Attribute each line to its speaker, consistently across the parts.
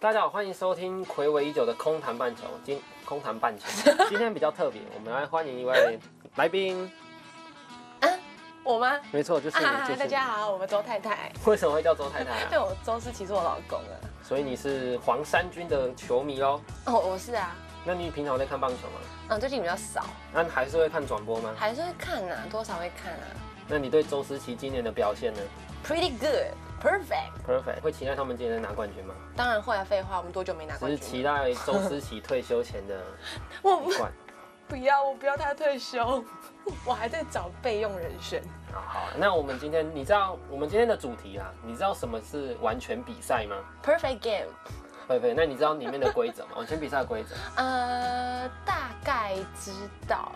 Speaker 1: 大家好，欢迎收听暌违已久的空谈半球。今空谈半 球，今天比较特别，我们来欢迎一位来宾。
Speaker 2: 啊我吗？
Speaker 1: 没错，就是你。
Speaker 2: 啊
Speaker 1: 就，是
Speaker 2: 大
Speaker 1: 你
Speaker 2: 家好，我们周太太。
Speaker 1: 为什么会叫周太太
Speaker 2: 对，
Speaker 1: 啊？
Speaker 2: 我周思琪是我老公啊。
Speaker 1: 所以你是黄衫军的球迷哦。
Speaker 2: 哦，我是啊。
Speaker 1: 那你平常在看棒球吗？
Speaker 2: 嗯，最近比较少，
Speaker 1: 那你还是会看转播吗？
Speaker 2: 还是会看啊，多少会看啊。
Speaker 1: 那你对周思琪今年的表现呢
Speaker 2: Pretty good, perfect。
Speaker 1: ？Perfect，会期待他们今年拿冠军吗？
Speaker 2: 当然会啊，废话，我们多久没拿
Speaker 1: 只
Speaker 2: 冠
Speaker 1: 是
Speaker 2: 军
Speaker 1: 期
Speaker 2: 了？
Speaker 1: 待周思琪退休前的
Speaker 2: 我不
Speaker 1: 冠。
Speaker 2: 不要，我不要他退休， 我还在找备用人选。
Speaker 1: 好好，那我们今天你知道我们今天的主题啊？你知道什么是完全比赛吗？
Speaker 2: Perfect game，
Speaker 1: 菲菲，那你知道里面的规则吗？ 完全比赛的规则，
Speaker 2: 呃，大概知道，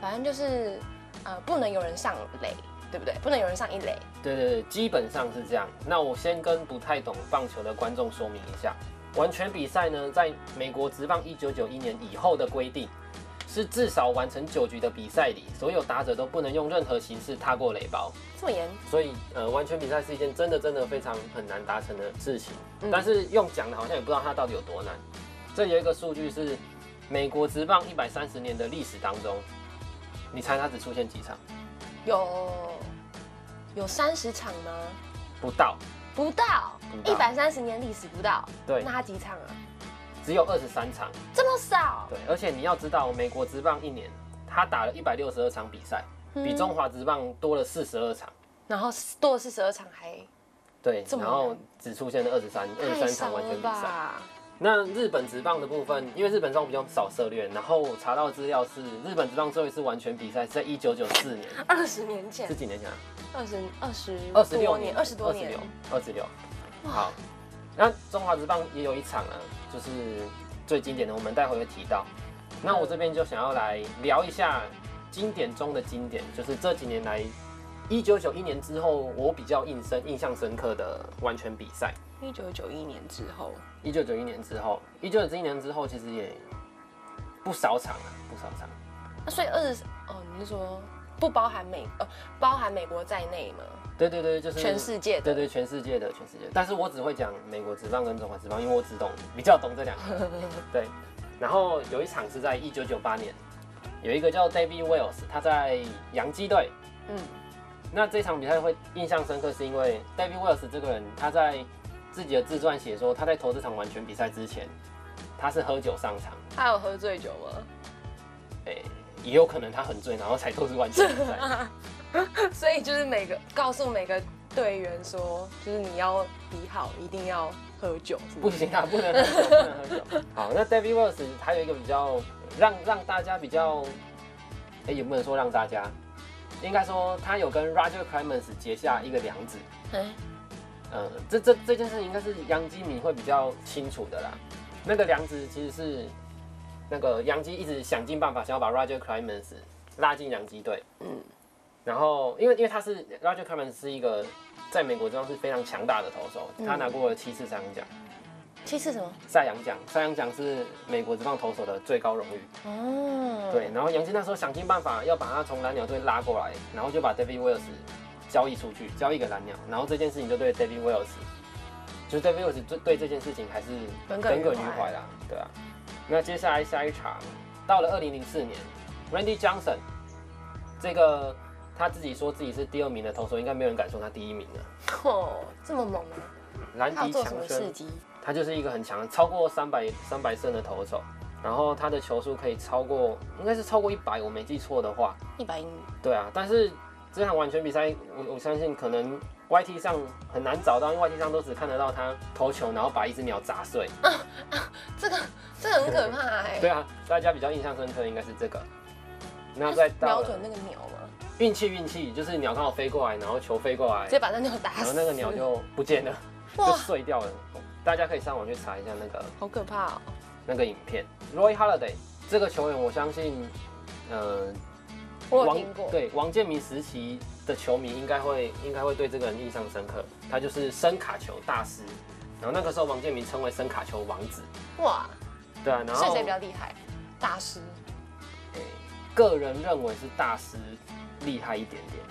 Speaker 2: 反正就是呃，不能有人上垒，对不对？不能有人上一垒。
Speaker 1: 对对对，基本上是这样。那我先跟不太懂棒球的观众说明一下，完全比赛呢，在美国职棒一九九一年以后的规定，是至少完成九局的比赛里，所有打者都不能用任何形式踏过垒包。
Speaker 2: 这么严？
Speaker 1: 所以，呃，完全比赛是一件真的真的非常很难达成的事情。
Speaker 2: 嗯
Speaker 1: 但是用讲的好像也不知道它到底有多难。这有一个数据是，美国职棒一百三十年的历史当中，你猜它只出现几场？
Speaker 2: 有有三十场吗？
Speaker 1: 不到，
Speaker 2: 不到
Speaker 1: 不，到
Speaker 2: 一百三十年历史不到。
Speaker 1: 对
Speaker 2: 那他几场啊？
Speaker 1: 只有二十三场。
Speaker 2: 这么少？
Speaker 1: 对，而且你要知道，美国职棒一年他打了一百六十二场比赛，
Speaker 2: 嗯
Speaker 1: 比中华职棒多了四十二场。
Speaker 2: 然后多的是十二场还，
Speaker 1: 对，
Speaker 2: 这么
Speaker 1: 然后
Speaker 2: 难
Speaker 1: 只出现了二十三二十
Speaker 2: 太
Speaker 1: 三
Speaker 2: 少
Speaker 1: 场完全
Speaker 2: 了
Speaker 1: 比赛。
Speaker 2: 吧？
Speaker 1: 那日本职棒的部分，因为日本职棒比较少涉猎，然后我查到资料是日本职棒最后一次完全比赛是在一九九四年，
Speaker 2: 二十年前
Speaker 1: 是，几年前啊？
Speaker 2: 二十啊二十
Speaker 1: 二十六
Speaker 2: 多
Speaker 1: 年，
Speaker 2: 二十多年
Speaker 1: 26，，二十六。好，那中华职棒也有一场啊，就是最经典的，我们待会会提到。那我这边就想要来聊一下经典中的经典，就是这几年来，一九九一年之后，我比较印深、印象深刻的完全比赛。
Speaker 2: 一九九一年之后，
Speaker 1: 一九九一年之后，一九九一年之后，其实也不少场啊，不少场。
Speaker 2: 那所以二十哦，你是说不包含美呃包含美国在内吗？
Speaker 1: 对对对，就是
Speaker 2: 全世界的
Speaker 1: 对对，全世界的，全世界的。但是我只会讲美国职棒跟中华职棒，因为我只懂比较懂这两个。对，然后有一场是在一九九八年，有一个叫 David Wells，他在洋基队。
Speaker 2: 嗯，
Speaker 1: 那这场比赛会印象深刻，是因为 David Wells 这个人，他在自己的自传写说，他在投这场完全比赛之前，他是喝酒上场，
Speaker 2: 他有喝醉酒吗？
Speaker 1: 诶、也有可能他很醉，然后才投出完全比赛。
Speaker 2: 所以就是每个告诉每个队员说，就是你要比好，一定要喝酒，是
Speaker 1: 不
Speaker 2: 吗
Speaker 1: 行啊，不能喝酒，不能喝酒。好，那 David Wells 还有一个比较让让大家比较，哎、也不能说让大家，应该说他有跟 Roger Clemens 结下一个梁子。
Speaker 2: 哎
Speaker 1: 呃，这这这件事情应该是杨基迷会比较清楚的啦。那个梁子其实是那个杨基一直想尽办法想要把 Roger Clemens 拉进杨基队，嗯，然后因为因为他是 Roger Clemens 是一个在美国中是非常强大的投手，他拿过了七次三奖。
Speaker 2: 其实什么？
Speaker 1: 赛扬奖，赛扬奖是美国职棒投手的最高荣誉。
Speaker 2: 哦，
Speaker 1: 对，然后杨基那时候想尽办法要把他从蓝鸟队拉过来，然后就把 David Wells 交易出去，交易给蓝鸟。然后这件事情就对 David Wells，就是 David Wells 对对这件事情还是
Speaker 2: 耿耿于
Speaker 1: 耿耿于
Speaker 2: 怀
Speaker 1: 怀啦，对啊。那接下来下一场，到了二零零四年，Randy Johnson 这个他自己说自己是第二名的投手，应该没有人敢说他第一名了。
Speaker 2: 哦，这么猛啊！
Speaker 1: 兰
Speaker 2: 他
Speaker 1: 迪
Speaker 2: 有做
Speaker 1: 强
Speaker 2: 什么
Speaker 1: 森
Speaker 2: 事迹？
Speaker 1: 他就是一个很强，超过三百三百胜的投手，然后他的球速可以超过，应该是超过一百，我没记错的话，
Speaker 2: 一百英里，
Speaker 1: 对啊。但是这场完全比赛，我我相信可能 YT 上很难找到，因为 YT 上都只看得到他投球，然后把一只鸟砸 碎。
Speaker 2: 这个这个很可怕哎、
Speaker 1: 对啊，大家比较印象深刻应该是这个。那再到
Speaker 2: 瞄
Speaker 1: 了
Speaker 2: 准那个鸟嘛，
Speaker 1: 运气，运气就是鸟刚好飞过来，然后球飞过来
Speaker 2: 直，接把那鸟打死。
Speaker 1: 然后那个鸟就不见了，就
Speaker 2: 哇，
Speaker 1: 碎掉了。大家可以上网去查一下那个
Speaker 2: 好可怕哦！
Speaker 1: 那个影片。Roy Holiday 这个球员，我相信，呃，
Speaker 2: 我有听过，
Speaker 1: 对王建民时期的球迷应该会应该会对这个人印象深刻。他就是声卡球大师，然后那个时候王建民称为声卡球王子。
Speaker 2: 哇，
Speaker 1: 对啊，然
Speaker 2: 所以
Speaker 1: 后
Speaker 2: 谁比较厉害？大师
Speaker 1: 诶个人认为是大师厉害一点点。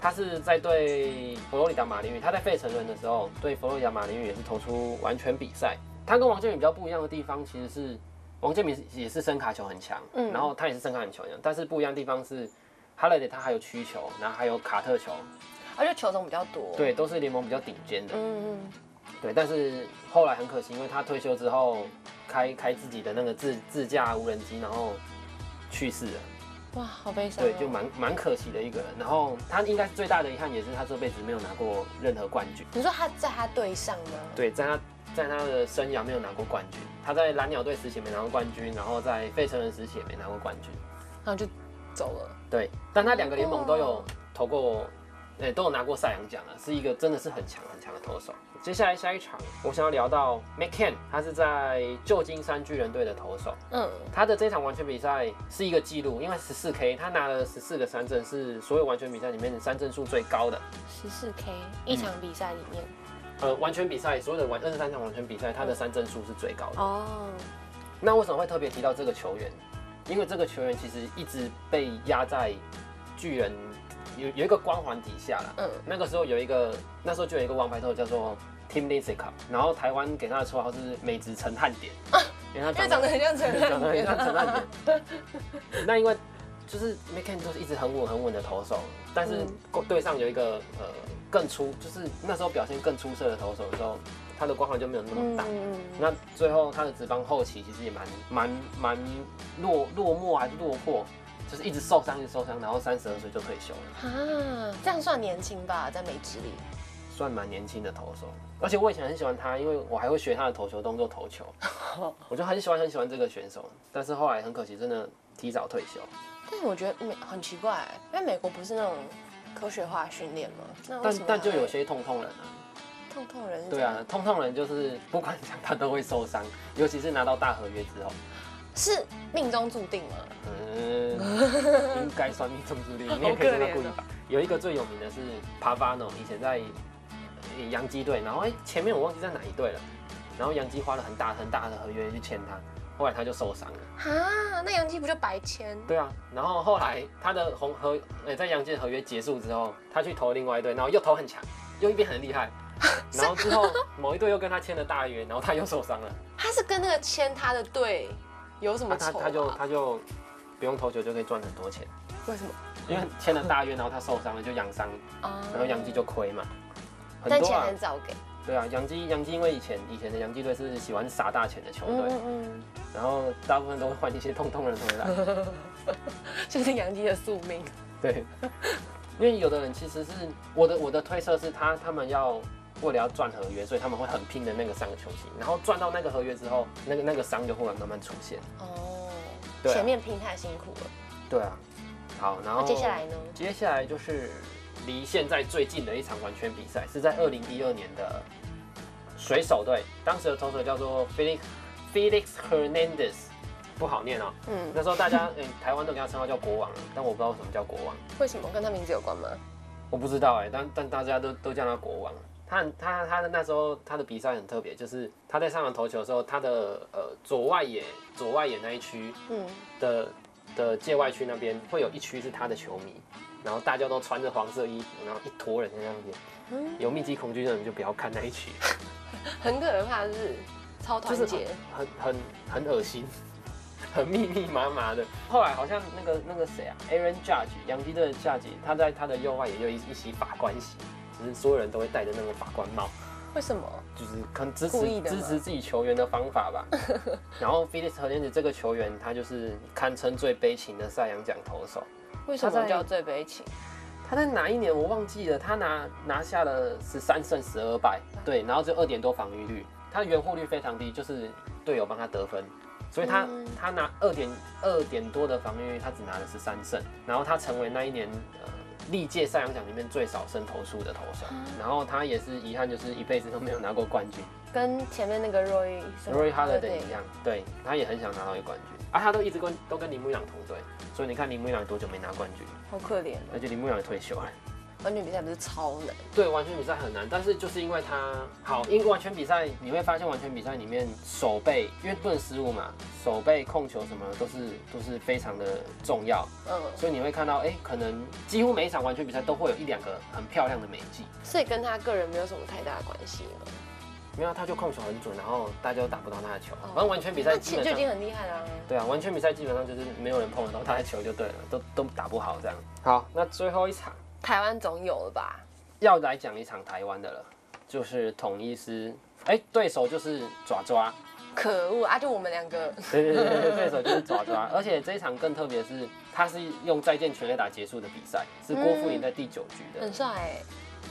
Speaker 1: 他是在对佛罗里达马林鱼，他在费城人的时候，对佛罗里达马林鱼也是投出完全比赛。他跟王建民比较不一样的地方，其实是王建民也是伸卡球很强，
Speaker 2: 嗯
Speaker 1: 然后他也是伸卡很强，但是不一样的地方是。哈雷德他还有曲球，然后还有卡特球，
Speaker 2: 而啊且球种比较多。，
Speaker 1: 对，都是联盟比较顶尖的。
Speaker 2: 嗯嗯，
Speaker 1: 对，但是后来很可惜，因为他退休之后开开自己的那个自自驾无人机，然后去世了。
Speaker 2: 哇，好悲伤、哦。
Speaker 1: 对，就蛮蛮可惜的一个人。然后他应该是最大的遗憾，也是他这辈子没有拿过任何冠军。
Speaker 2: 你说他在他队上吗？
Speaker 1: 对，在他在他的生涯没有拿过冠军。他在蓝鸟队时期也没拿过冠军，然后在费城人时期也没拿过冠军。
Speaker 2: 然后就走了。
Speaker 1: 对，但他两个联盟都有
Speaker 2: 哦
Speaker 1: 投过，哎、都有拿过赛扬奖了，是一个真的是很强很强的投手。接下来下一场，我想要聊到 McCann，他是在旧金山巨人队的投手。
Speaker 2: 嗯，
Speaker 1: 他的这场完全比赛是一个记录，因为十四 K，他拿了十四个三振，是所有完全比赛里面的三振数最高的。
Speaker 2: 十四 K 一场比赛里面。
Speaker 1: 呃，完全比赛所有的完二十三场完全比赛，他的三振数是最高的。
Speaker 2: 哦，
Speaker 1: 那为什么会特别提到这个球员？因为这个球员其实一直被压在巨人有有一个光环底下啦。
Speaker 2: 嗯，
Speaker 1: 那个时候有一个，那时候就有一个王牌投手叫做 Tim l i n s i c a 然后台湾给他的绰号是美职陈汉典，
Speaker 2: 啊
Speaker 1: 因为他
Speaker 2: 因为长得很像陈
Speaker 1: 长得
Speaker 2: 汉
Speaker 1: 很
Speaker 2: 典
Speaker 1: 像陈
Speaker 2: 啊。
Speaker 1: 汉典。那因为就是 m c c a n 就是一直很稳很稳的投手，但是队上有一个呃更出，就是那时候表现更出色的投手的时候，他的光环就没有那么大。
Speaker 2: 嗯，
Speaker 1: 那最后他的职棒后期其实也蛮蛮蛮落落寞还是落魄，就是一直受伤一直受伤，然后三十二岁就退休了，
Speaker 2: 啊，这样算年轻吧，在美职里。
Speaker 1: 算蛮年轻的投手。而且我以前很喜欢他，因为我还会学他的投球动作投球，我就很喜欢很喜欢这个选手。但是后来很可惜，真的提早退休。
Speaker 2: 但我觉得美很奇怪，因为美国不是那种科学化训练吗？那为
Speaker 1: 但
Speaker 2: 什么
Speaker 1: 但就
Speaker 2: 还
Speaker 1: 有些痛痛人啊，
Speaker 2: 痛痛人是
Speaker 1: 对
Speaker 2: 怎样
Speaker 1: 啊，，痛痛人就是不管怎样他都会受伤， 尤其是拿到大合约 之后，
Speaker 2: 是命中注定吗？
Speaker 1: 嗯，应该算命中注定，你也可以
Speaker 2: 哦
Speaker 1: 说他故意吧。有一个最有名的是 Pavano，以前在呃洋基队，然后哎、前面我忘记在哪一队了，然后洋基花了很大很大的合约去签他，后来他就受伤了。
Speaker 2: 啊，那杨基不就白签？
Speaker 1: 对啊，然后后来他的红合呃、在洋基的合约结束之后，他去投另外一队，然后又投很强，又一边很厉 害，然后之后某一队又跟他签了大约，然后他又受伤了，
Speaker 2: 他是跟那个签他的队有什
Speaker 1: 那
Speaker 2: 么
Speaker 1: 他
Speaker 2: 仇、啊
Speaker 1: 他就他就不用投球就可以赚很多钱，
Speaker 2: 为什么？
Speaker 1: 因为签了大约，然后他受伤了就养伤，
Speaker 2: 啊
Speaker 1: 然后洋基就亏嘛。很
Speaker 2: 但
Speaker 1: 多
Speaker 2: 钱
Speaker 1: 啊
Speaker 2: 很，早给。
Speaker 1: 对啊，洋基洋基因为以前以前的洋基队是喜欢撒大钱的球
Speaker 2: 嗯
Speaker 1: 队，
Speaker 2: 嗯
Speaker 1: 然后大部分都会换一些痛痛人回来。
Speaker 2: 嗯，就是杨基的宿命。
Speaker 1: 对，因为有的人其实是我的我的推测是他他们要为了要赚合约，所以他们会很拼的那个上个球星，然后赚到那个合约之后，那个那个伤就忽然慢慢出现。
Speaker 2: 哦，
Speaker 1: 对啊哦
Speaker 2: 前面拼太辛苦了。
Speaker 1: 对啊，好，然
Speaker 2: 那
Speaker 1: 后
Speaker 2: 接下来呢？
Speaker 1: 接下来就是离现在最近的一场完全比赛，是在二零一二年的水手队，当时的投手叫做 Felix Felix Hernandez，不好念哦。
Speaker 2: 嗯，
Speaker 1: 那时候大家，嗯、台湾都给他称号叫国王了，但我不知道为什么叫国王，
Speaker 2: 为什么跟他名字有关吗？
Speaker 1: 我不知道哎、但但大家都都叫他国王。他很他他的那时候他的比赛很特别，就是他在上场投球的时候，他的呃左外野左外野那一区
Speaker 2: 嗯，
Speaker 1: 的的界外区那边会有一区是他的球迷，然后大家都穿着黄色衣服，然后一坨人在那边。
Speaker 2: 嗯
Speaker 1: 有密集恐惧症的人就不要看那一区，
Speaker 2: 很可怕，是超团
Speaker 1: 就是
Speaker 2: 结。
Speaker 1: 很很很恶心， 很密密麻麻的。后来好像那个那个谁啊，Aaron Judge，洋基队的 Judge，他在他的右外也有一一袭法官席，就是所有人都会戴着那种法官帽，
Speaker 2: 为什么？
Speaker 1: 就是可能支持
Speaker 2: 故意的
Speaker 1: 支
Speaker 2: 吗
Speaker 1: 持自己球员的方法 吧。然后 Felix h e r n a n d 这个球员，他就是堪称最悲情的赛扬奖投手。
Speaker 2: 为什
Speaker 1: 他
Speaker 2: 么
Speaker 1: 在
Speaker 2: 叫最悲情？
Speaker 1: 他在哪一年我忘记了，他拿拿下了十三胜十二败，对，然后只有二点多防御率，他的圆弧率非常低，就是队友帮他得分，所以他、
Speaker 2: 嗯
Speaker 1: 他拿二点二点多的防御率，他只拿了十三胜，然后他成为那一年呃历届赛扬奖里面最少胜投数的投手，然后他也是遗憾就是一辈子都没有拿过冠军
Speaker 2: 跟前面那个 Roy 什么
Speaker 1: ，Roy
Speaker 2: Halladay
Speaker 1: Halladay 一样，对他也很想拿到一个冠军，啊，他都一直跟都跟铃木一朗同队，所以你看铃木一朗多久没拿冠军，
Speaker 2: 好可怜哦。
Speaker 1: 而且铃木一朗也退休了。
Speaker 2: 完全比赛不是超难，
Speaker 1: 对，完全比赛很难，但是就是因为它好，因为完全比赛你会发现，完全比赛里面手背，因为不能失误嘛，手背控球什么的都是都是非常的重要，
Speaker 2: 嗯，
Speaker 1: 所以你会看到，哎、可能几乎每一场完全比赛都会有一两个很漂亮的美技。
Speaker 2: 所以跟他个人没有什么太大的关系了。
Speaker 1: 没有啊他就控球很准，然后大家都打不到他的球，啊反正完全比赛
Speaker 2: 哦那
Speaker 1: 基
Speaker 2: 其
Speaker 1: 本
Speaker 2: 实就已经
Speaker 1: 上。
Speaker 2: 很厉害了啊。
Speaker 1: 对啊，完全比赛基本上就是没有人碰得到他的球就对了，都都打不好这样。好，那最后一场
Speaker 2: 台湾总有了吧？
Speaker 1: 要来讲一场台湾的了，就是统一师，哎、对手就是爪爪，
Speaker 2: 可恶啊！就我们两个，
Speaker 1: 对对对对，对手就是爪爪。而且这一场更特别是，他是用再见全垒打结束的比赛，是郭富林在第九局的，
Speaker 2: 嗯很帅欸，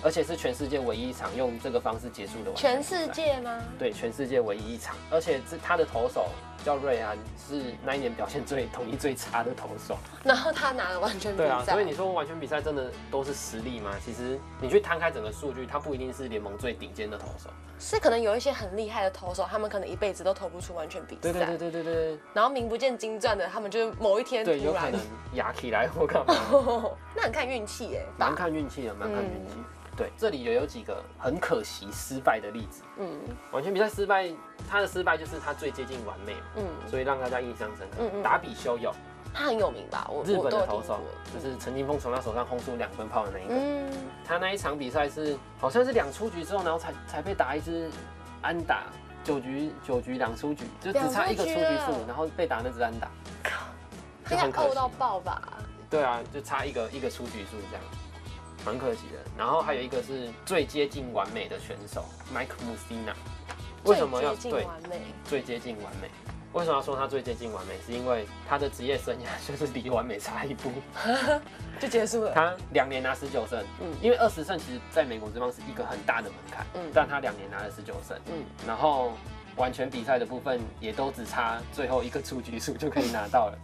Speaker 1: 而且是全世界唯一一场用这个方式结束的完全
Speaker 2: 全
Speaker 1: 比赛
Speaker 2: 世界吗？
Speaker 1: 对全世界唯一一场，而且这他的投手叫瑞安，是那一年表现最统一最差的投手。
Speaker 2: 然后他拿了完全比
Speaker 1: 对啊，
Speaker 2: 赛，
Speaker 1: 所以你说完全比赛真的都是实力吗？其实你去摊开整个数据，他不一定是联盟最顶尖的投手。
Speaker 2: 是可能有一些很厉害的投手，他们可能一辈子都投不出完全比
Speaker 1: 对对对
Speaker 2: 赛，
Speaker 1: 对对对
Speaker 2: 然后名不见经传的，他们就是某一天
Speaker 1: 对，有
Speaker 2: 突
Speaker 1: 可
Speaker 2: 然
Speaker 1: 能，压起来或干嘛。
Speaker 2: 那很看运气耶，
Speaker 1: 蛮看运气的，蛮看运气。对，这里也有几个很可惜失败的例子。
Speaker 2: 嗯
Speaker 1: 完全比赛失败，他的失败就是他最接近完美，
Speaker 2: 嗯，
Speaker 1: 所以让大家印象深刻。
Speaker 2: 嗯嗯
Speaker 1: 打比修友，
Speaker 2: 他很有名吧？我
Speaker 1: 日
Speaker 2: 我
Speaker 1: 本
Speaker 2: 都有
Speaker 1: 的投
Speaker 2: 听
Speaker 1: 手
Speaker 2: 过，，
Speaker 1: 就是陈金峰从他手上轰出两分炮的那一个。
Speaker 2: 嗯，
Speaker 1: 他那一场比赛是好像是两出局之后，然后才才被打一支安打，九局九局两出局，就只差一个出局
Speaker 2: 两出局
Speaker 1: 数
Speaker 2: 了，
Speaker 1: 然后被打那支安打，
Speaker 2: 他
Speaker 1: 就
Speaker 2: 应
Speaker 1: 很
Speaker 2: 该
Speaker 1: 可惜
Speaker 2: 呕。到爆吧？
Speaker 1: 对啊，就差一个一个出局数这样，蛮可惜的。然后还有一个是最接近完美的选手 Mike Mussina，为什么要
Speaker 2: 最接
Speaker 1: 对
Speaker 2: 近完美？
Speaker 1: 最接近完美？为什么要说他最接近完美？是因为他的职业生涯就是离完美差一步。
Speaker 2: 就结束了。
Speaker 1: 他两年拿十九胜，
Speaker 2: 嗯
Speaker 1: 因为二十胜其实在美国这帮是一个很大的门槛，
Speaker 2: 嗯
Speaker 1: 但他两年拿了十九胜，
Speaker 2: 嗯
Speaker 1: 然后完全比赛的部分也都只差最后一个出局数就可以拿到了，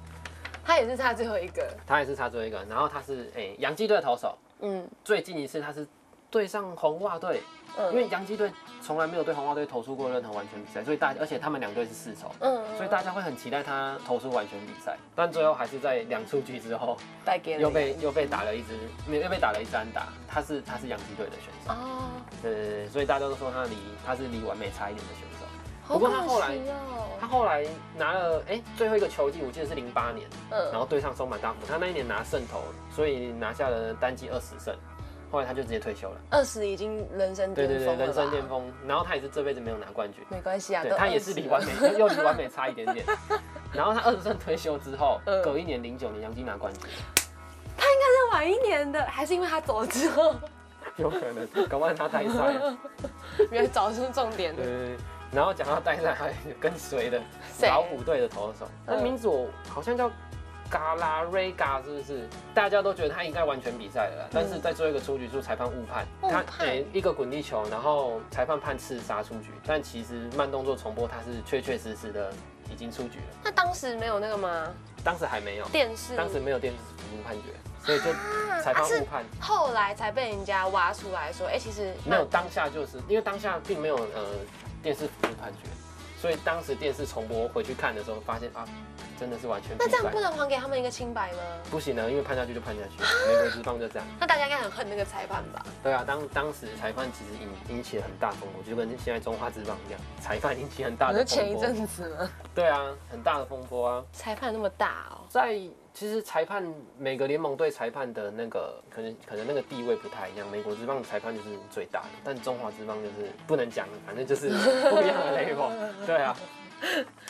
Speaker 2: 他也是他最后一个，
Speaker 1: 他也是差最后一个，然后他是诶洋基队的投手，
Speaker 2: 嗯
Speaker 1: 最近一次他是对上红袜队，因为
Speaker 2: 嗯
Speaker 1: 洋基队从来没有对红袜队投出过任何完全比赛，所以大而且他们两队是世仇，
Speaker 2: 嗯，
Speaker 1: 所以大家会很期待他投出完全比赛，但最后还是在两出局之后
Speaker 2: 败给了
Speaker 1: 又被又被打了一支，没有又被打了一支安打，他是他是洋基队的选手，
Speaker 2: 啊，
Speaker 1: 对对对，所以大家都说他离他是离完美差一点的选手。
Speaker 2: 好
Speaker 1: 不过他后来
Speaker 2: 可惜哦
Speaker 1: 他后来拿了哎、最后一个球季，我记得是零八年，然
Speaker 2: 嗯，
Speaker 1: 后对上松坂大辅，他那一年拿胜投，所以拿下了单季二十胜，后来他就直接退休了。
Speaker 2: 二十已经人生
Speaker 1: 对
Speaker 2: 巅
Speaker 1: 对对，
Speaker 2: 峰了，
Speaker 1: 人生巅，峰。然后他也是这辈子没有拿冠军，
Speaker 2: 没关系啊，
Speaker 1: 对
Speaker 2: 都
Speaker 1: 他也是
Speaker 2: 20
Speaker 1: 离
Speaker 2: 了
Speaker 1: 完美又又离完美差一点 点。然后他二十胜退休之后，
Speaker 2: 嗯
Speaker 1: 隔一年零九年杨金拿冠军，
Speaker 2: 再晚一年的，还是因为他走了之 后，
Speaker 1: 有可能，搞不好他 带赛了。
Speaker 2: 没有找出重点
Speaker 1: 对
Speaker 2: 的，
Speaker 1: 对对。然后讲到带赛，还有一个跟随的
Speaker 2: 谁
Speaker 1: 老虎队的投手，那
Speaker 2: 嗯
Speaker 1: 名字我好像叫。嘎拉瑞嘎是不是？大家都觉得他应该完全比赛了啦，但是在最后一个出局数，裁判误判，
Speaker 2: 嗯误
Speaker 1: 他
Speaker 2: 判
Speaker 1: 诶一个滚地球，然后裁判判刺杀出局，但其实慢动作重播，他是确确实实的已经出局了，
Speaker 2: 那当时没有那个吗？
Speaker 1: 当时还没有，
Speaker 2: 电视，
Speaker 1: 当时没有电子服务判决，所以就
Speaker 2: 啊
Speaker 1: 裁判
Speaker 2: 啊是
Speaker 1: 误判。
Speaker 2: 后来才被人家挖出来说，哎、其实
Speaker 1: 没有当下就是因为当下并没有呃电视服务判决，所以当时电视重播回去看的时候，发现啊，真的是完全
Speaker 2: 那
Speaker 1: 比
Speaker 2: 这
Speaker 1: 赛
Speaker 2: 样不能还给他们一个清白吗？
Speaker 1: 不行呢，因为判下去就判下去，
Speaker 2: 啊
Speaker 1: 美国职棒就这样。
Speaker 2: 那大家应该很恨那个裁判吧？
Speaker 1: 对啊，当当时裁判其实引引起了很大风波，就跟现在中华职棒一样，裁判引起很大
Speaker 2: 我
Speaker 1: 的
Speaker 2: 说
Speaker 1: 风
Speaker 2: 前一
Speaker 1: 波。
Speaker 2: 阵子吗？
Speaker 1: 对啊，很大的风波啊。
Speaker 2: 裁判那么大哦，
Speaker 1: 在其实裁判每个联盟对裁判的那个可能可能那个地位不太一样，美国职棒裁判就是最大的，但中华职棒就是不能讲，反正就是 不一样的 level。对啊，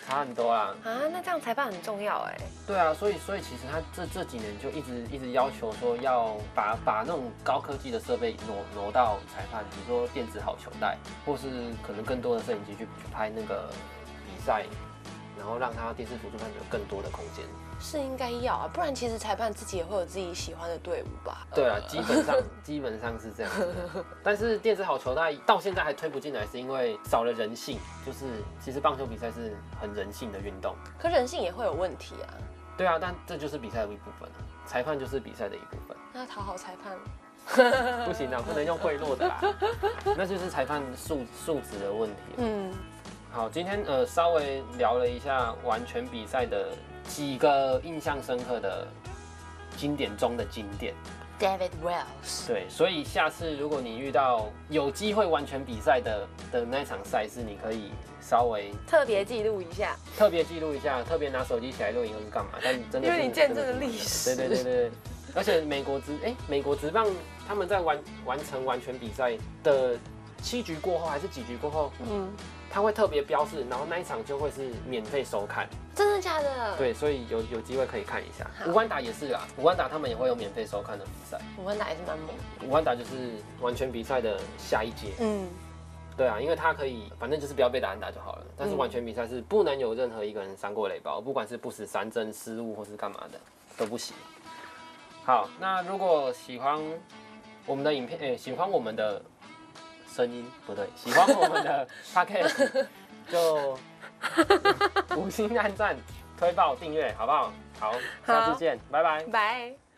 Speaker 1: 差很多啦。
Speaker 2: 啊，那这样裁判很重要哎，
Speaker 1: 对啊，所以所以其实他这这几年就一直一直要求说要把把那种高科技的设备挪挪到裁判，比如说电子好球带，或是可能更多的摄影机去去拍那个比赛，然后让他电视辅助判决有更多的空间。
Speaker 2: 是应该要啊，不然其实裁判自己也会有自己喜欢的队伍吧？
Speaker 1: 对啊，基本上基本上是这样子的。但是电子好球带到现在还推不进来，是因为少了人性。就是其实棒球比赛是很人性的运动。
Speaker 2: 可人性也会有问题啊，
Speaker 1: 对啊，但这就是比赛的一部分啊，裁判就是比赛的一部分。
Speaker 2: 那要讨好裁判，
Speaker 1: 不行啊，不能用贿赂的啦，那就是裁判素素质的问题。
Speaker 2: 嗯，
Speaker 1: 好，今天呃稍微聊了一下完全比赛的几个印象深刻的经典中的经典。
Speaker 2: David Wells，
Speaker 1: 对，所以下次如果你遇到有机会完全比赛的的那场赛事，你可以稍微
Speaker 2: 特别记录一下，
Speaker 1: 特别记录一下，特别拿手机起来录影或是干嘛，但真的是
Speaker 2: 因为你见证了历
Speaker 1: 真
Speaker 2: 史
Speaker 1: 的是对对对对。而且美国职哎、美国职棒他们在完完成完全比赛的七局过后还是几局过后，
Speaker 2: 嗯，
Speaker 1: 他会特别标示，然后那一场就会是免费收看。
Speaker 2: 真的假的？，
Speaker 1: 对，所以有有机会可以看一下。
Speaker 2: 嗯好
Speaker 1: 五万打也是啊啦，五万打他们也会有免费收看的比赛。
Speaker 2: 我们打也是蛮猛的。
Speaker 1: 五万打就是完全比赛的下一阶。
Speaker 2: 嗯，
Speaker 1: 对啊，因为他可以，反正就是不要被打安打就好了。但是完全比赛是不能有任何一个人伤过垒包，不管是不死三针、失误或是干嘛的都不行。好，那如果喜欢我们的影片，诶、喜欢我们的声音不对，喜欢我们的 podcast 就五星按赞、推爆、订阅，好不好？好，下
Speaker 2: 好
Speaker 1: 次见，拜拜。
Speaker 2: 拜。